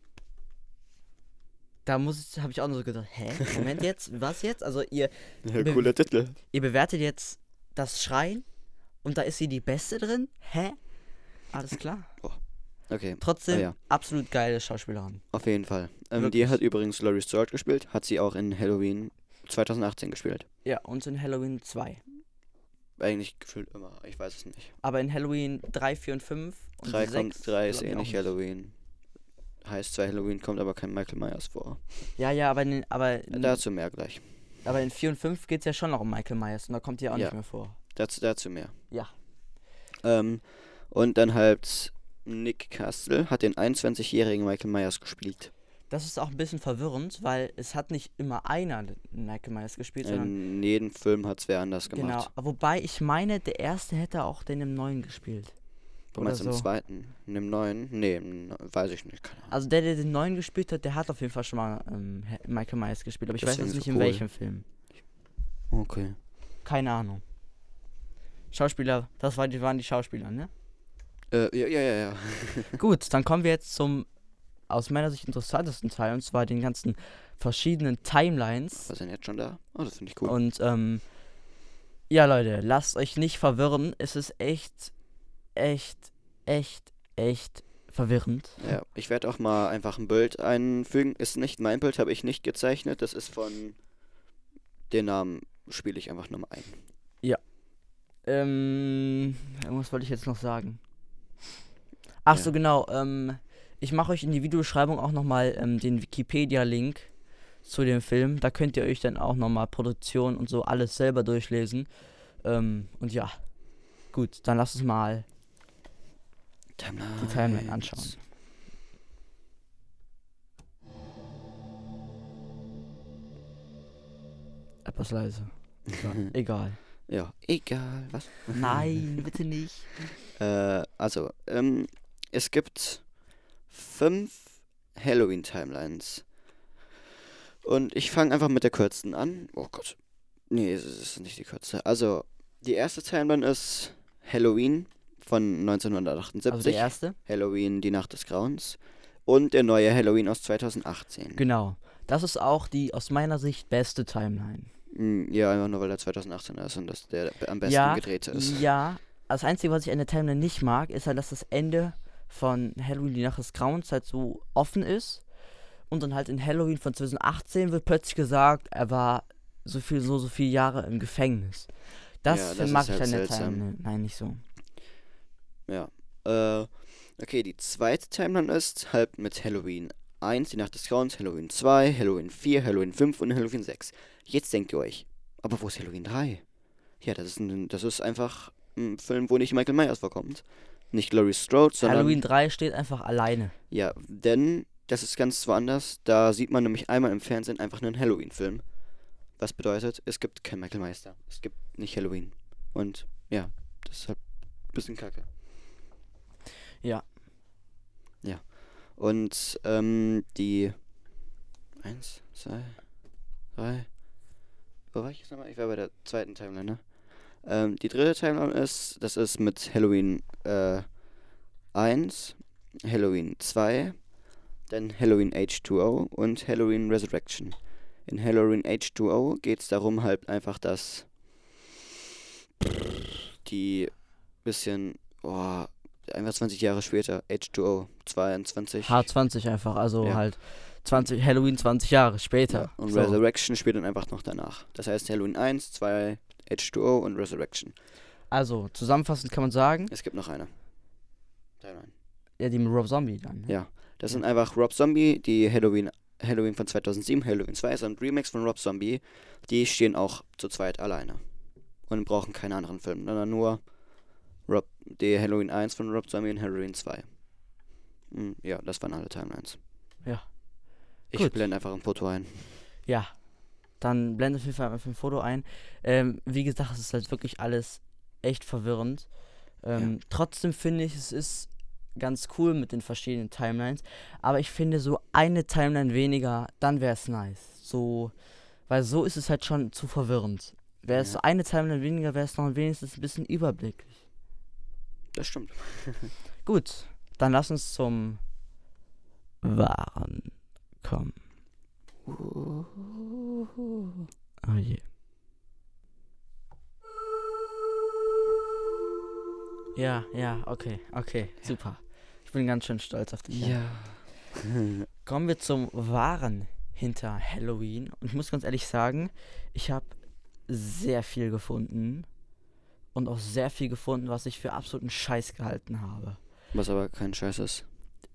Speaker 1: Da muss ich, habe ich auch nur so gedacht, hä? Moment jetzt, was jetzt? Also ihr, Be- cooler
Speaker 2: Titel.
Speaker 1: ihr bewertet jetzt das Schreien und da ist sie die Beste drin? Hä? Alles klar.
Speaker 2: Okay,
Speaker 1: Trotzdem
Speaker 2: Ah, ja.
Speaker 1: absolut geile Schauspielerin.
Speaker 2: auf jeden Fall. Ähm,
Speaker 1: Wirklich.
Speaker 2: die hat übrigens Laurie Strode gespielt, hat sie auch in Halloween 2018 gespielt.
Speaker 1: Ja, und in Halloween 2.
Speaker 2: Eigentlich gefühlt immer, ich weiß es nicht.
Speaker 1: Aber in Halloween 3, 4 und 5 und
Speaker 2: 3,
Speaker 1: 6.
Speaker 2: kommt, 3 ist eh
Speaker 1: glaub ich, auch
Speaker 2: ähnlich
Speaker 1: nicht.
Speaker 2: Halloween. Heißt zwar Halloween, kommt aber kein Michael Myers vor.
Speaker 1: Ja, ja, aber in, den- aber in,
Speaker 2: Dazu mehr gleich.
Speaker 1: aber in 4 und 5 geht es ja schon noch um Michael Myers und da kommt die ja auch
Speaker 2: Ja.
Speaker 1: nicht mehr vor.
Speaker 2: Dazu, dazu mehr.
Speaker 1: Ja.
Speaker 2: Ähm, und dann halt Nick Castle hat den 21-jährigen Michael Myers gespielt.
Speaker 1: Das ist auch ein bisschen verwirrend, weil es hat nicht immer einer den Michael Myers gespielt, sondern.
Speaker 2: In jedem Film hat es wer anders
Speaker 1: Genau.
Speaker 2: gemacht.
Speaker 1: Wobei ich meine, der erste hätte auch den im neuen gespielt.
Speaker 2: Du
Speaker 1: Oder
Speaker 2: meinst im
Speaker 1: so.
Speaker 2: zweiten? In dem neuen? Nee, im Neu- weiß ich nicht. Keine Ahnung.
Speaker 1: Also der, der den neuen gespielt hat, der hat auf jeden Fall schon mal ähm, He- Michael Myers gespielt, aber ich weiß
Speaker 2: Deswegen
Speaker 1: jetzt
Speaker 2: so
Speaker 1: nicht in
Speaker 2: cool.
Speaker 1: welchem Film.
Speaker 2: Okay.
Speaker 1: Keine Ahnung. Schauspieler, das war, die- waren die Schauspieler, ne?
Speaker 2: Äh, ja, ja, ja, ja.
Speaker 1: Gut, dann kommen wir jetzt zum aus meiner Sicht interessantesten Teil, und zwar den ganzen verschiedenen Timelines.
Speaker 2: Was sind jetzt schon da? Oh, das finde ich cool.
Speaker 1: Und ähm, ja, Leute, lasst euch nicht verwirren. Es ist echt, echt, echt, echt verwirrend.
Speaker 2: Ja, ich werde auch mal einfach ein Bild einfügen. Ist nicht mein Bild, habe ich nicht gezeichnet. Das ist von. Den Namen spiele ich einfach nochmal ein.
Speaker 1: Ähm, irgendwas wollte ich jetzt noch sagen. Ach so,
Speaker 2: Ja.
Speaker 1: genau. Ähm, ich mache euch in die Videobeschreibung auch nochmal ähm, den Wikipedia-Link zu dem Film. Da könnt ihr euch dann auch nochmal Produktion und so alles selber durchlesen. Ähm, und ja, gut, dann lasst uns mal
Speaker 2: Timeline.
Speaker 1: die Timeline anschauen. Etwas leise. Egal.
Speaker 2: Ja, egal, was.
Speaker 1: Nein, bitte nicht.
Speaker 2: Äh, also, ähm, es gibt fünf Halloween-Timelines. Und ich fange einfach mit der kürzesten an. Oh Gott. Nee, es ist nicht die kürzeste. Also, die erste Timeline ist Halloween von 1978.
Speaker 1: Also der erste.
Speaker 2: Halloween, die Nacht des Grauens. Und der neue Halloween aus 2018.
Speaker 1: Genau. Das ist auch die aus meiner Sicht beste Timeline.
Speaker 2: Mm, Ja, einfach nur weil er 2018 ist und dass der am besten
Speaker 1: Ja,
Speaker 2: gedreht ist.
Speaker 1: Ja, das Einzige, was ich an der Timeline nicht mag, ist halt, dass das Ende von Halloween, die Nacht des Grauens, halt so offen ist. Und dann halt in Halloween von 2018 wird plötzlich gesagt, er war so viel, so, so viele Jahre im Gefängnis. Das,
Speaker 2: Ja, das
Speaker 1: find-
Speaker 2: ist
Speaker 1: mag ich
Speaker 2: halt
Speaker 1: an der
Speaker 2: seltsam.
Speaker 1: Timeline. Nein, nicht so.
Speaker 2: Äh, okay, die zweite Timeline ist halb mit Halloween 1, die Nacht des Grauens, Halloween 2, Halloween 4, Halloween 5 und Halloween 6. Jetzt denkt ihr euch, aber wo ist Halloween 3? Ja, das ist, ein, das ist einfach ein Film, wo nicht Michael Myers vorkommt. Nicht Laurie Strode, sondern...
Speaker 1: Halloween 3 steht einfach alleine.
Speaker 2: Ja, denn das ist ganz woanders. Da sieht man nämlich einmal im Fernsehen einfach einen Halloween-Film. Was bedeutet, es gibt kein Michael Meister. Es gibt nicht Halloween. Und ja, das ist halt ein bisschen kacke.
Speaker 1: Ja.
Speaker 2: Ja. Und ähm, die. Eins, zwei, drei. Wo war ich jetzt nochmal? Ich war bei der zweiten Timeline, ne? Ähm, die dritte Timeline ist, das ist mit Halloween äh, 1, Halloween 2, dann Halloween H2O und Halloween Resurrection. In Halloween H2O geht es darum halt einfach, dass die bisschen, oh, einfach 20 Jahre später, H2O, 22.
Speaker 1: H20 einfach, also
Speaker 2: Ja.
Speaker 1: halt 20, Halloween 20 Jahre
Speaker 2: Ja,
Speaker 1: später.
Speaker 2: und
Speaker 1: so.
Speaker 2: Resurrection spielt dann einfach noch danach. Das heißt Halloween 1, 2, H2O und Resurrection.
Speaker 1: Also, zusammenfassend kann man sagen,
Speaker 2: Es gibt noch eine. Timeline.
Speaker 1: ja, die mit Rob Zombie dann. ne?
Speaker 2: Ja. Das sind einfach Rob Zombie, die Halloween, Halloween von 2007, Halloween 2 ist ein Remix von Rob Zombie. Die stehen auch zu zweit alleine. Und brauchen keinen anderen Film, sondern nur Rob, die Halloween 1 von Rob Zombie und Halloween 2. Hm, Ja, das waren alle Timelines.
Speaker 1: Ja.
Speaker 2: Ich
Speaker 1: Gut.
Speaker 2: blende einfach ein Foto ein.
Speaker 1: Ja, dann blende auf jeden Fall einfach ein Foto ein. Ähm, wie gesagt, es ist halt wirklich alles echt verwirrend. Ähm, Trotzdem finde ich, es ist ganz cool mit den verschiedenen Timelines. Aber ich finde, so eine Timeline weniger, dann wäre es nice. So, weil so ist es halt schon zu verwirrend. Wäre es
Speaker 2: Ja.
Speaker 1: eine Timeline weniger, wäre es noch wenigstens ein bisschen Überblick.
Speaker 2: Das stimmt.
Speaker 1: Gut, dann lass uns zum Waren kommen. Oh je. Ja, ja, okay, okay, super. Ich bin ganz schön stolz auf dich. Jan. Kommen wir zum Waren hinter Halloween. Und ich muss ganz ehrlich sagen, ich habe sehr viel gefunden. Und auch sehr viel gefunden, was ich für absoluten Scheiß gehalten habe.
Speaker 2: Was aber kein Scheiß ist.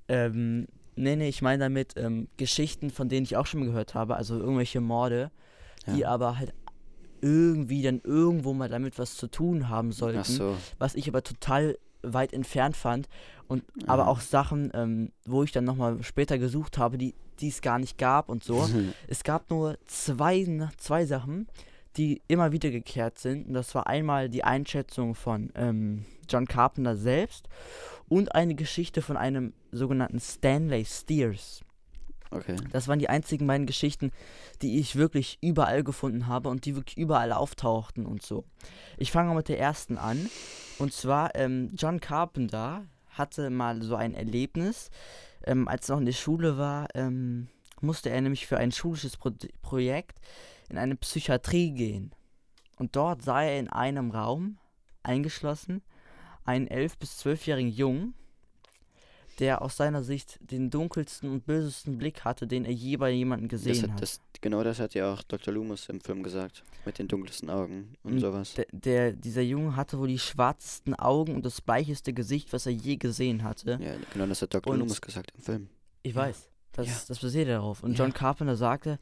Speaker 1: Ähm, nee, nee, ich meine damit ähm, Geschichten, von denen ich auch schon mal gehört habe, also irgendwelche Morde, die
Speaker 2: Ja.
Speaker 1: aber halt irgendwie dann irgendwo mal damit was zu tun haben sollten,
Speaker 2: Ach so.
Speaker 1: was ich aber total weit entfernt fand und aber
Speaker 2: Ah.
Speaker 1: auch Sachen, ähm, wo ich dann nochmal später gesucht habe, die die es gar nicht gab und so. es gab nur zwei, Na- zwei Sachen, die immer wiedergekehrt sind und das war einmal die Einschätzung von ähm, John Carpenter selbst und eine Geschichte von einem sogenannten Stanley Steers.
Speaker 2: Okay.
Speaker 1: Das waren die einzigen beiden Geschichten, die ich wirklich überall gefunden habe und die wirklich überall auftauchten und so. Ich fange mal mit der ersten an. Und zwar, ähm, John Carpenter hatte mal so ein Erlebnis. Ähm, als er noch in der Schule war, ähm, musste er nämlich für ein schulisches Pro Projekt in eine Psychiatrie gehen. Und dort sah er in einem Raum, eingeschlossen, einen 11- bis 12-jährigen Jungen, der aus seiner Sicht den dunkelsten und bösesten Blick hatte, den er je bei jemandem
Speaker 2: Das
Speaker 1: gesehen
Speaker 2: hat,
Speaker 1: hat.
Speaker 2: das, genau das hat ja auch Dr. Loomis im Film gesagt. Mit den dunkelsten Augen und
Speaker 1: Mm,
Speaker 2: sowas.
Speaker 1: Der, der, dieser Junge hatte wohl die schwarzesten Augen und das bleicheste Gesicht, was er je gesehen hatte.
Speaker 2: Ja, genau das hat Dr.
Speaker 1: Und-
Speaker 2: Loomis gesagt im Film.
Speaker 1: Ich
Speaker 2: Ja.
Speaker 1: weiß. Das,
Speaker 2: Ja.
Speaker 1: das basiert darauf. Und
Speaker 2: Ja.
Speaker 1: John Carpenter sagte,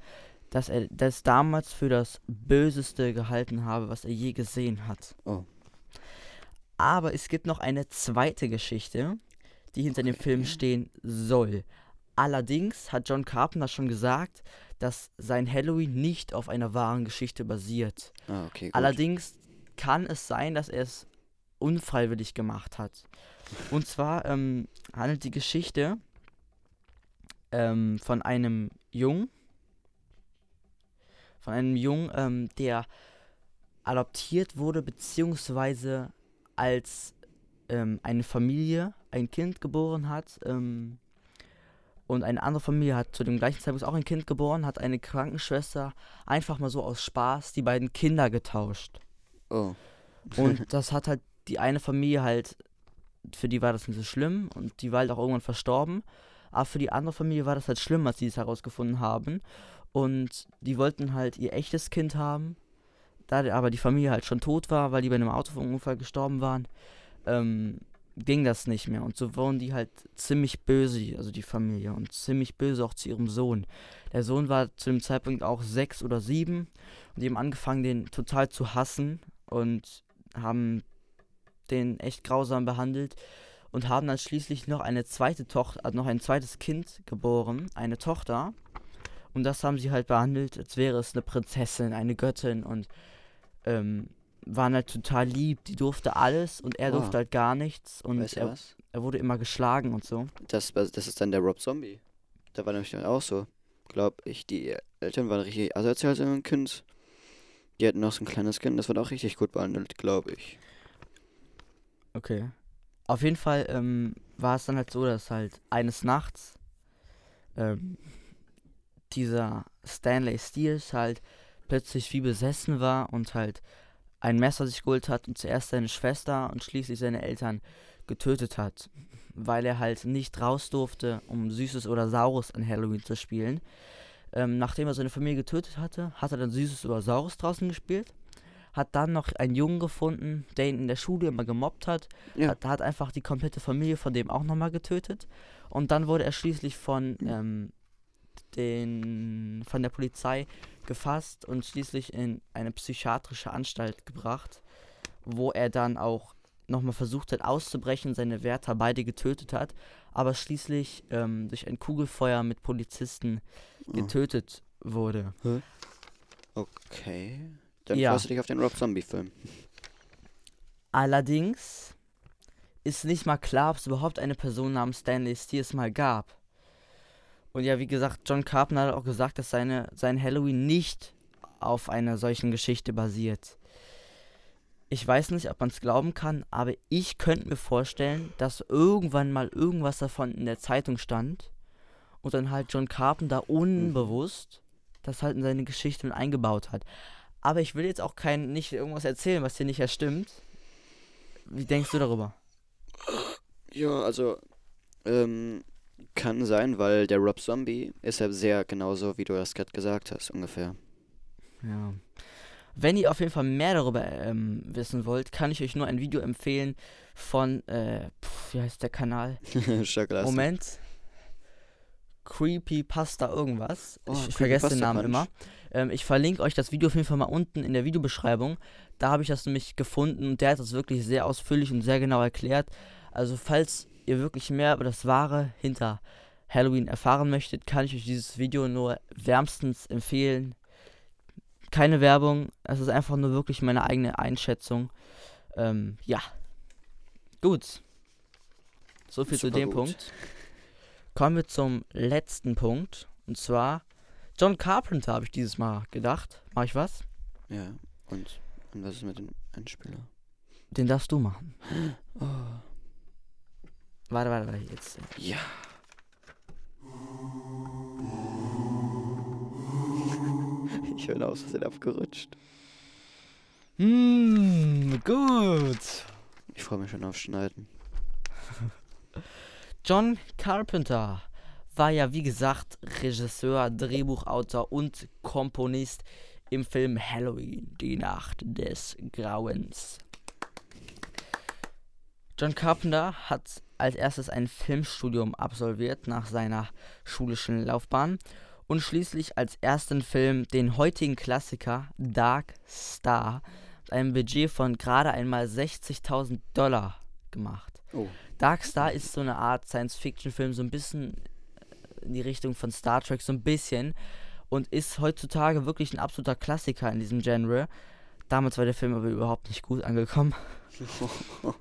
Speaker 1: dass er das damals für das Böseste gehalten habe, was er je gesehen hat.
Speaker 2: Oh.
Speaker 1: Aber es gibt noch eine zweite Geschichte, die hinter dem Film
Speaker 2: Okay.
Speaker 1: stehen soll. Allerdings hat John Carpenter schon gesagt, dass sein Halloween nicht auf einer wahren Geschichte basiert.
Speaker 2: Ah, okay. Gut.
Speaker 1: Allerdings kann es sein, dass er es unfreiwillig gemacht hat. Und zwar ähm, handelt die Geschichte ähm, von einem Jungen, von einem Jungen, ähm, der adoptiert wurde, beziehungsweise als ähm, eine Familie ein Kind geboren hat, ähm, Und eine andere Familie hat zu dem gleichen Zeitpunkt auch ein Kind geboren, hat eine Krankenschwester einfach mal so aus Spaß die beiden Kinder getauscht.
Speaker 2: Oh.
Speaker 1: Und das hat halt die eine Familie halt, für die war das nicht so schlimm und die war halt auch irgendwann verstorben. Aber für die andere Familie war das halt schlimm, als sie es herausgefunden haben. Und die wollten halt ihr echtes Kind haben. Da der- aber die Familie halt schon tot war, weil die bei einem Autounfall gestorben waren, ähm, ging das nicht mehr. Und so wurden die halt ziemlich böse, also die Familie, und ziemlich böse auch zu ihrem Sohn. Der Sohn war zu dem Zeitpunkt auch sechs oder sieben und die haben angefangen, den total zu hassen und haben den echt grausam behandelt und haben dann schließlich noch eine zweite Tochter, also noch ein zweites Kind geboren, eine Tochter. Und das haben sie halt behandelt, als wäre es eine Prinzessin, eine Göttin und ähm, waren halt total lieb. Die durfte alles und er
Speaker 2: Wow.
Speaker 1: durfte halt gar nichts und
Speaker 2: weißt du
Speaker 1: er,
Speaker 2: was?
Speaker 1: er wurde immer geschlagen und so.
Speaker 2: Das, war- das ist dann der Rob Zombie. Da war nämlich dann auch so. Glaub ich, die Eltern waren richtig asozial, als ein Kind. Die hatten noch so ein kleines Kind, das wird auch richtig gut behandelt, glaube ich.
Speaker 1: Okay. Auf jeden Fall ähm, war es dann halt so, dass halt eines Nachts ähm, dieser Stanley Steels halt plötzlich wie besessen war und halt ein Messer sich geholt hat und zuerst seine Schwester und schließlich seine Eltern getötet hat, weil er halt nicht raus durfte, um Süßes oder Saures an Halloween zu spielen. Ähm, nachdem er seine Familie getötet hatte, hat er dann Süßes oder Saures draußen gespielt, hat dann noch einen Jungen gefunden, der ihn in der Schule immer gemobbt hat,
Speaker 2: Ja.
Speaker 1: hat, hat einfach die komplette Familie von dem auch nochmal getötet und dann wurde er schließlich von ähm, den von der Polizei gefasst und schließlich in eine psychiatrische Anstalt gebracht, wo er dann auch nochmal versucht hat auszubrechen, seine Wärter beide getötet hat, aber schließlich ähm, durch ein Kugelfeuer mit Polizisten getötet wurde.
Speaker 2: Okay. Dann
Speaker 1: Ja.
Speaker 2: freust du dich auf den Rob Zombie-Film.
Speaker 1: Allerdings ist nicht mal klar, ob es überhaupt eine Person namens Stanley Steers mal gab. Und ja, wie gesagt, John Carpenter hat auch gesagt, dass seine, sein Halloween nicht auf einer solchen Geschichte basiert. Ich weiß nicht, ob man es glauben kann, aber ich könnte mir vorstellen, dass irgendwann mal irgendwas davon in der Zeitung stand und dann halt John Carpenter unbewusst das halt in seine Geschichte mit eingebaut hat. Aber ich will jetzt auch kein, nicht irgendwas erzählen, was hier nicht ja stimmt. Wie denkst du darüber?
Speaker 2: Ja, also ähm, kann sein, weil der Rob Zombie ist ja sehr genauso, wie du das gerade gesagt hast, ungefähr.
Speaker 1: Ja. Wenn ihr auf jeden Fall mehr darüber ähm, wissen wollt, kann ich euch nur ein Video empfehlen von, äh, pf, wie heißt der Kanal?
Speaker 2: Stark
Speaker 1: Moment. Creepypasta irgendwas.
Speaker 2: Oh,
Speaker 1: ich, ich vergesse den
Speaker 2: Creepypasta
Speaker 1: Namen
Speaker 2: Punch.
Speaker 1: immer. Ähm, ich verlinke euch das Video auf jeden Fall mal unten in der Videobeschreibung. Da habe ich das nämlich gefunden und der hat das wirklich sehr ausführlich und sehr genau erklärt. Also falls ihr wirklich mehr über das Wahre hinter Halloween erfahren möchtet, kann ich euch dieses Video nur wärmstens empfehlen. Keine Werbung, es ist einfach nur wirklich meine eigene Einschätzung. Ähm, ja. Gut. So viel zu
Speaker 2: Super
Speaker 1: dem
Speaker 2: gut.
Speaker 1: Punkt. Kommen wir zum letzten Punkt. Und zwar John Carpenter habe ich dieses Mal gedacht. Mach ich was?
Speaker 2: Ja, und, und was ist mit dem Einspieler?
Speaker 1: Den darfst du machen.
Speaker 2: Oh.
Speaker 1: Warte, warte, warte. Jetzt.
Speaker 2: Ja. Ich bin aus Versehen abgerutscht.
Speaker 1: Hm, gut.
Speaker 2: Ich freue mich schon auf Schneiden.
Speaker 1: John Carpenter war ja, wie gesagt, Regisseur, Drehbuchautor und Komponist im Film Halloween, die Nacht des Grauens. John Carpenter hat als erstes ein Filmstudium absolviert nach seiner schulischen Laufbahn und schließlich als ersten Film den heutigen Klassiker Dark Star mit einem Budget von gerade einmal 60.000 Dollar gemacht.
Speaker 2: Oh.
Speaker 1: Darkstar ist so eine Art Science-Fiction-Film, so ein bisschen äh, in die Richtung von Star Trek, so ein bisschen. Und ist heutzutage wirklich ein absoluter Klassiker in diesem Genre. Damals war der Film aber überhaupt nicht gut angekommen.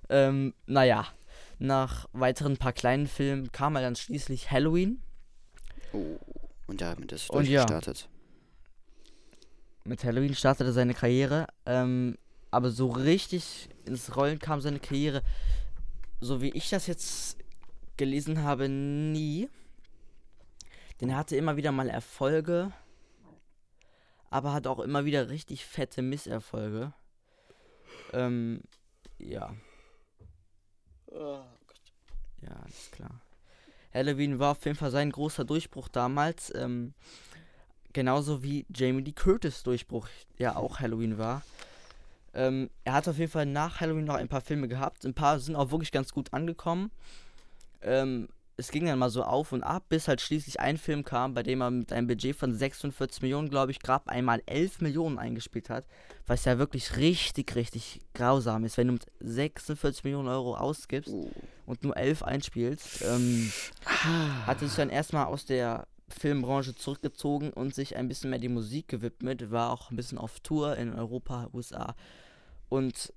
Speaker 1: ähm, naja, nach weiteren paar kleinen Filmen kam er dann schließlich Halloween
Speaker 2: oh. Und damit ist es
Speaker 1: Und ja.
Speaker 2: durchgestartet.
Speaker 1: mit Halloween startete seine Karriere, ähm, aber so richtig ins Rollen kam seine Karriere, so wie ich das jetzt gelesen habe, nie. Denn er hatte immer wieder mal Erfolge, aber hat auch immer wieder richtig fette Misserfolge. Ähm, ja. Ja, alles klar. Halloween war auf jeden Fall sein großer Durchbruch damals. Ähm, genauso wie Jamie Lee Curtis Durchbruch ja auch Halloween war. Ähm, er hat auf jeden Fall nach Halloween noch ein paar Filme gehabt. Ein paar sind auch wirklich ganz gut angekommen. Ähm, es ging dann mal so auf und ab, bis halt schließlich ein Film kam, bei dem er mit einem Budget von 46 Millionen, glaube ich, gerade einmal 11 Millionen eingespielt hat. Was ja wirklich richtig, richtig grausam ist, wenn du mit 46 Millionen Euro ausgibst
Speaker 2: Uh.
Speaker 1: und nur 11 einspielst. Ähm, hatte sich dann erstmal aus der Filmbranche zurückgezogen und sich ein bisschen mehr die Musik gewidmet, war auch ein bisschen auf Tour in Europa, USA und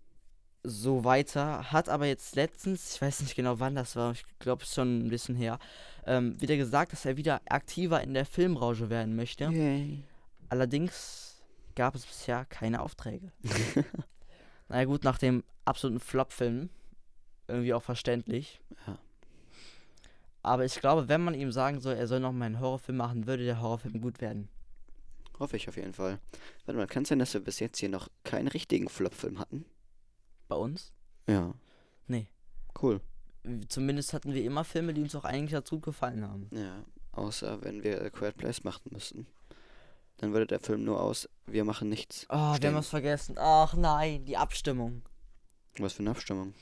Speaker 1: so weiter. Hat aber jetzt letztens, ich weiß nicht genau wann das war, ich glaube schon ein bisschen her, ähm, wieder gesagt, dass er wieder aktiver in der Filmbranche werden möchte.
Speaker 2: Yay.
Speaker 1: Allerdings gab es bisher keine Aufträge. naja gut, nach dem absoluten Flop-Film. Irgendwie auch verständlich.
Speaker 2: Ja.
Speaker 1: Aber ich glaube, wenn man ihm sagen soll, er soll noch mal einen Horrorfilm machen, würde der Horrorfilm gut werden.
Speaker 2: Hoffe ich auf jeden Fall. Warte mal, kann es sein, dass wir bis jetzt hier noch keinen richtigen Flop-Film hatten?
Speaker 1: Bei uns?
Speaker 2: Ja.
Speaker 1: Nee.
Speaker 2: Cool.
Speaker 1: Zumindest hatten wir immer Filme, die uns auch eigentlich dazu gefallen haben.
Speaker 2: Ja. Außer wenn wir A Quiet Place machen müssten. Dann würde der Film nur aus, wir machen nichts.
Speaker 1: Oh, wir
Speaker 2: Stimmt.
Speaker 1: haben was vergessen. Ach nein, die Abstimmung.
Speaker 2: Was für eine Abstimmung.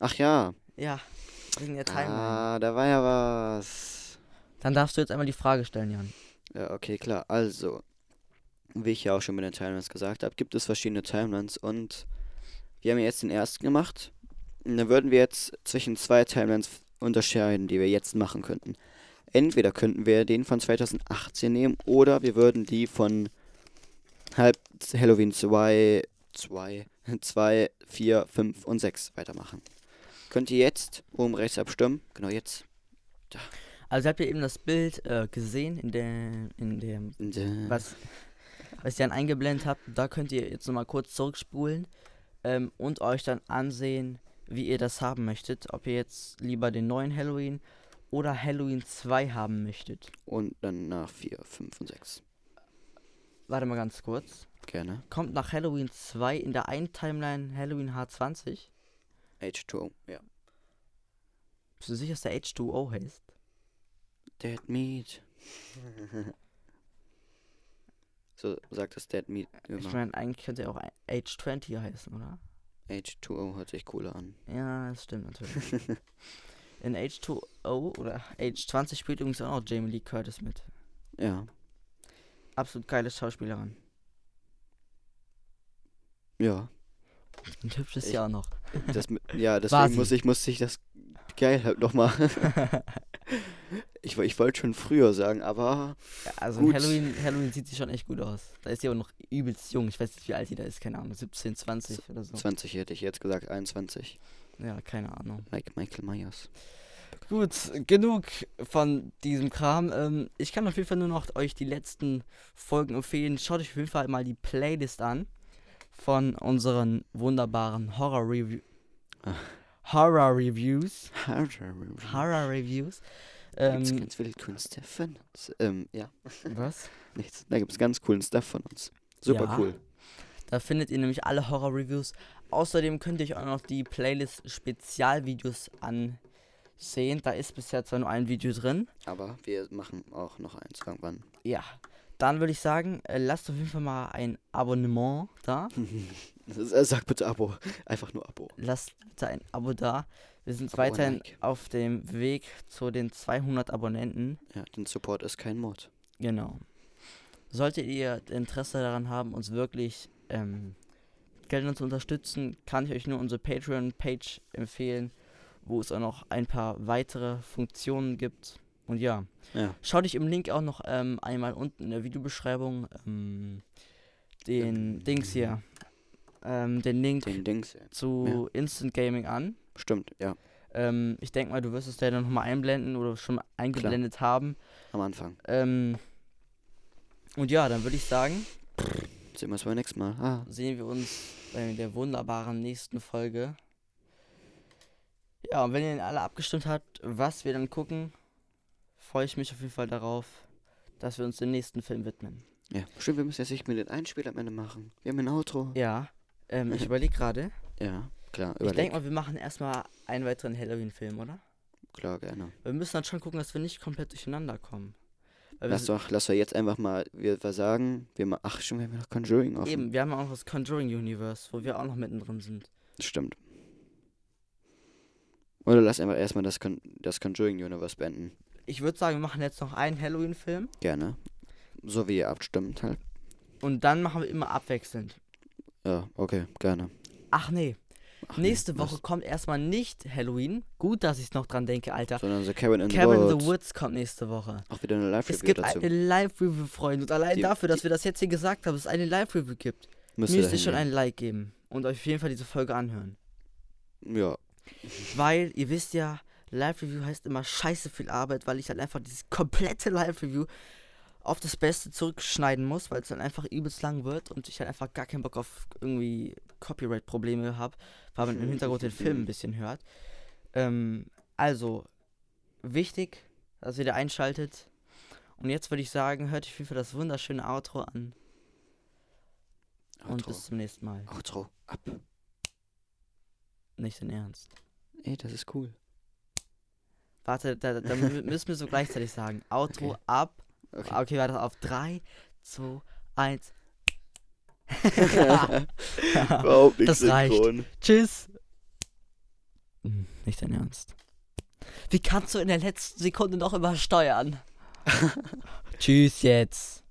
Speaker 2: Ach ja.
Speaker 1: Ja, wegen der Timeline.
Speaker 2: Ah, da war ja was.
Speaker 1: Dann darfst du jetzt einmal die Frage stellen, Jan.
Speaker 2: Ja, okay, klar. Also, wie ich ja auch schon mit den Timelines gesagt habe, gibt es verschiedene Timelines und wir haben ja jetzt den ersten gemacht. Und dann würden wir jetzt zwischen zwei Timelines f- unterscheiden, die wir jetzt machen könnten. Entweder könnten wir den von 2018 nehmen oder wir würden die von halb z- Halloween 2, 2, 2, 4, 5 und 6 weitermachen. Könnt ihr jetzt oben rechts abstimmen? Genau jetzt.
Speaker 1: Also habt ihr eben das Bild äh, gesehen in, der, in dem
Speaker 2: Und, äh,
Speaker 1: was, was ich dann eingeblendet habe, da könnt ihr jetzt nochmal kurz zurückspulen ähm, und euch dann ansehen, wie ihr das haben möchtet. Ob ihr jetzt lieber den neuen Halloween oder Halloween 2 haben möchtet.
Speaker 2: Und dann nach 4, 5 und 6.
Speaker 1: Warte mal ganz kurz.
Speaker 2: Gerne.
Speaker 1: Kommt nach Halloween 2 in der einen Timeline Halloween H20?
Speaker 2: H2O, ja.
Speaker 1: Bist du sicher, dass der H2O heißt?
Speaker 2: Dead Meat. so sagt das Dead Meat
Speaker 1: Ich
Speaker 2: immer.
Speaker 1: meine, eigentlich könnte er auch H20 heißen, oder?
Speaker 2: H2O hört sich cooler an.
Speaker 1: Ja, das stimmt natürlich. In H2O oder H20 spielt übrigens auch noch Jamie Lee Curtis mit.
Speaker 2: Ja.
Speaker 1: Absolut geile Schauspielerin.
Speaker 2: Ja.
Speaker 1: Ein hübsches
Speaker 2: Ich-
Speaker 1: Jahr noch.
Speaker 2: Das, mit- ja,
Speaker 1: War
Speaker 2: deswegen
Speaker 1: sie.
Speaker 2: muss ich, muss ich das geil halt nochmal. ich wo- ich wollte schon früher sagen, aber
Speaker 1: Ja, Also
Speaker 2: Gut.
Speaker 1: Halloween, Halloween sieht sie schon echt gut aus. Da ist sie aber noch übelst jung. Ich weiß nicht, wie alt sie da ist. Keine Ahnung. 17, 20 oder so.
Speaker 2: 20 hätte ich jetzt gesagt, 21.
Speaker 1: Ja, keine Ahnung.
Speaker 2: Like Michael Myers.
Speaker 1: Gut, genug von diesem Kram. Ähm, ich kann auf jeden Fall nur noch euch die letzten Folgen empfehlen. Schaut euch auf jeden Fall mal die Playlist an von unseren wunderbaren Horror Review. Horror Reviews.
Speaker 2: Horror.
Speaker 1: Horror Reviews.
Speaker 2: Gibt's
Speaker 1: Ähm,
Speaker 2: ganz viele coolen Stuff von uns. Ähm, ja,
Speaker 1: was?
Speaker 2: nichts. Da gibt's ganz coolen Stuff von uns. Super
Speaker 1: Ja.
Speaker 2: cool.
Speaker 1: Da findet ihr nämlich alle Horror-Reviews. Außerdem könnt ihr euch auch noch die Playlist-Spezialvideos ansehen. Da ist bisher zwar nur ein Video drin.
Speaker 2: Aber wir machen auch noch eins irgendwann.
Speaker 1: Ja. Dann würde ich sagen, äh, lasst auf jeden Fall mal ein Abonnement da.
Speaker 2: Äh, Sag bitte Abo. Einfach nur Abo.
Speaker 1: Lasst bitte ein Abo da. Wir sind
Speaker 2: Abo und
Speaker 1: weiterhin
Speaker 2: Like.
Speaker 1: auf dem Weg zu den 200 Abonnenten.
Speaker 2: Ja, denn Support ist kein Mord.
Speaker 1: Genau. Solltet ihr Interesse daran haben, uns wirklich ähm, mit Geldern zu unterstützen, kann ich euch nur unsere Patreon-Page empfehlen, wo es auch noch ein paar weitere Funktionen gibt. Und ja,
Speaker 2: Ja.
Speaker 1: schaut euch im Link auch noch ähm, einmal unten in der Videobeschreibung ähm, den Dings hier, ähm, den Link
Speaker 2: Den Dings.
Speaker 1: zu Instant Gaming an.
Speaker 2: Stimmt, ja.
Speaker 1: Ähm, ich denke mal, du wirst es da dann nochmal einblenden oder schon eingeblendet haben.
Speaker 2: Am Anfang.
Speaker 1: Ähm, und ja, dann würde ich sagen,
Speaker 2: Sehen wir uns beim nächsten Mal. Ah.
Speaker 1: sehen wir uns bei der wunderbaren nächsten Folge. Ja, und wenn ihr alle abgestimmt habt, was wir dann gucken, freue ich mich auf jeden Fall darauf. dass wir uns dem nächsten Film widmen.
Speaker 2: Ja, stimmt, wir müssen jetzt nicht mit den Einspiel am Ende machen. Wir haben ein Outro.
Speaker 1: Ja, ähm, ich überlege gerade.
Speaker 2: Ja, klar,
Speaker 1: Ich
Speaker 2: überleg.
Speaker 1: denke mal, wir machen erstmal einen weiteren Halloween-Film, oder?
Speaker 2: klar, gerne.
Speaker 1: Weil Wir müssen dann schon gucken, dass wir nicht komplett durcheinander kommen. Weil wir
Speaker 2: Lass
Speaker 1: sind-
Speaker 2: doch, lass doch jetzt einfach mal wir was sagen. Wir ma- ach, schon, wir haben ja noch Conjuring offen.
Speaker 1: eben, wir haben auch noch das Conjuring Universe, wo wir auch noch mittendrin sind.
Speaker 2: Stimmt. Oder lass einfach erstmal das, Con das Conjuring Universe beenden.
Speaker 1: Ich würde sagen, wir machen jetzt noch einen Halloween-Film
Speaker 2: Gerne. So wie ihr abstimmt halt.
Speaker 1: und dann machen wir immer abwechselnd.
Speaker 2: Ja, okay, gerne.
Speaker 1: Ach nee,
Speaker 2: Ach nee,
Speaker 1: nächste Woche kommt erstmal nicht Halloween. Gut, dass ich noch dran denke, Alter.
Speaker 2: Was, sondern so Kevin in
Speaker 1: Cabin
Speaker 2: the
Speaker 1: in the
Speaker 2: Woods.
Speaker 1: Woods kommt nächste Woche.
Speaker 2: Auch wieder eine
Speaker 1: Es
Speaker 2: Live-Review
Speaker 1: gibt
Speaker 2: dazu.
Speaker 1: eine Live-Review, Freunde. Und allein
Speaker 2: Die-
Speaker 1: dafür, dass wir das jetzt hier gesagt haben, dass es eine Live-Review gibt,
Speaker 2: Müsst ihr
Speaker 1: müsst ihr
Speaker 2: dahin
Speaker 1: schon ein Like geben und euch auf jeden Fall diese Folge anhören.
Speaker 2: gehen. Ja,
Speaker 1: Weil, ihr wisst ja, Live-Review heißt immer scheiße viel Arbeit, weil ich halt einfach dieses komplette Live-Review auf das Beste zurückschneiden muss, weil es dann einfach übelst lang wird und ich halt einfach gar keinen Bock auf irgendwie Copyright-Probleme habe, weil man im Hintergrund den Film ein bisschen hört. Ähm, also, wichtig, dass ihr da einschaltet. Und jetzt würde ich sagen, hört euch viel für das wunderschöne Outro an und
Speaker 2: Outro.
Speaker 1: bis zum nächsten Mal.
Speaker 2: Outro. Ab.
Speaker 1: Nicht in Ernst.
Speaker 2: Ey, das ist cool.
Speaker 1: Warte, da, da, da mü- müssen wir so gleichzeitig sagen. Outro
Speaker 2: Okay.
Speaker 1: ab.
Speaker 2: Okay.
Speaker 1: Okay, warte, auf 3, 2, 1.
Speaker 2: Überhaupt nicht
Speaker 1: Das reicht.
Speaker 2: synchron.
Speaker 1: Tschüss. Hm, Nicht dein Ernst. Wie kannst du in der letzten Sekunde noch immer steuern? Tschüss jetzt.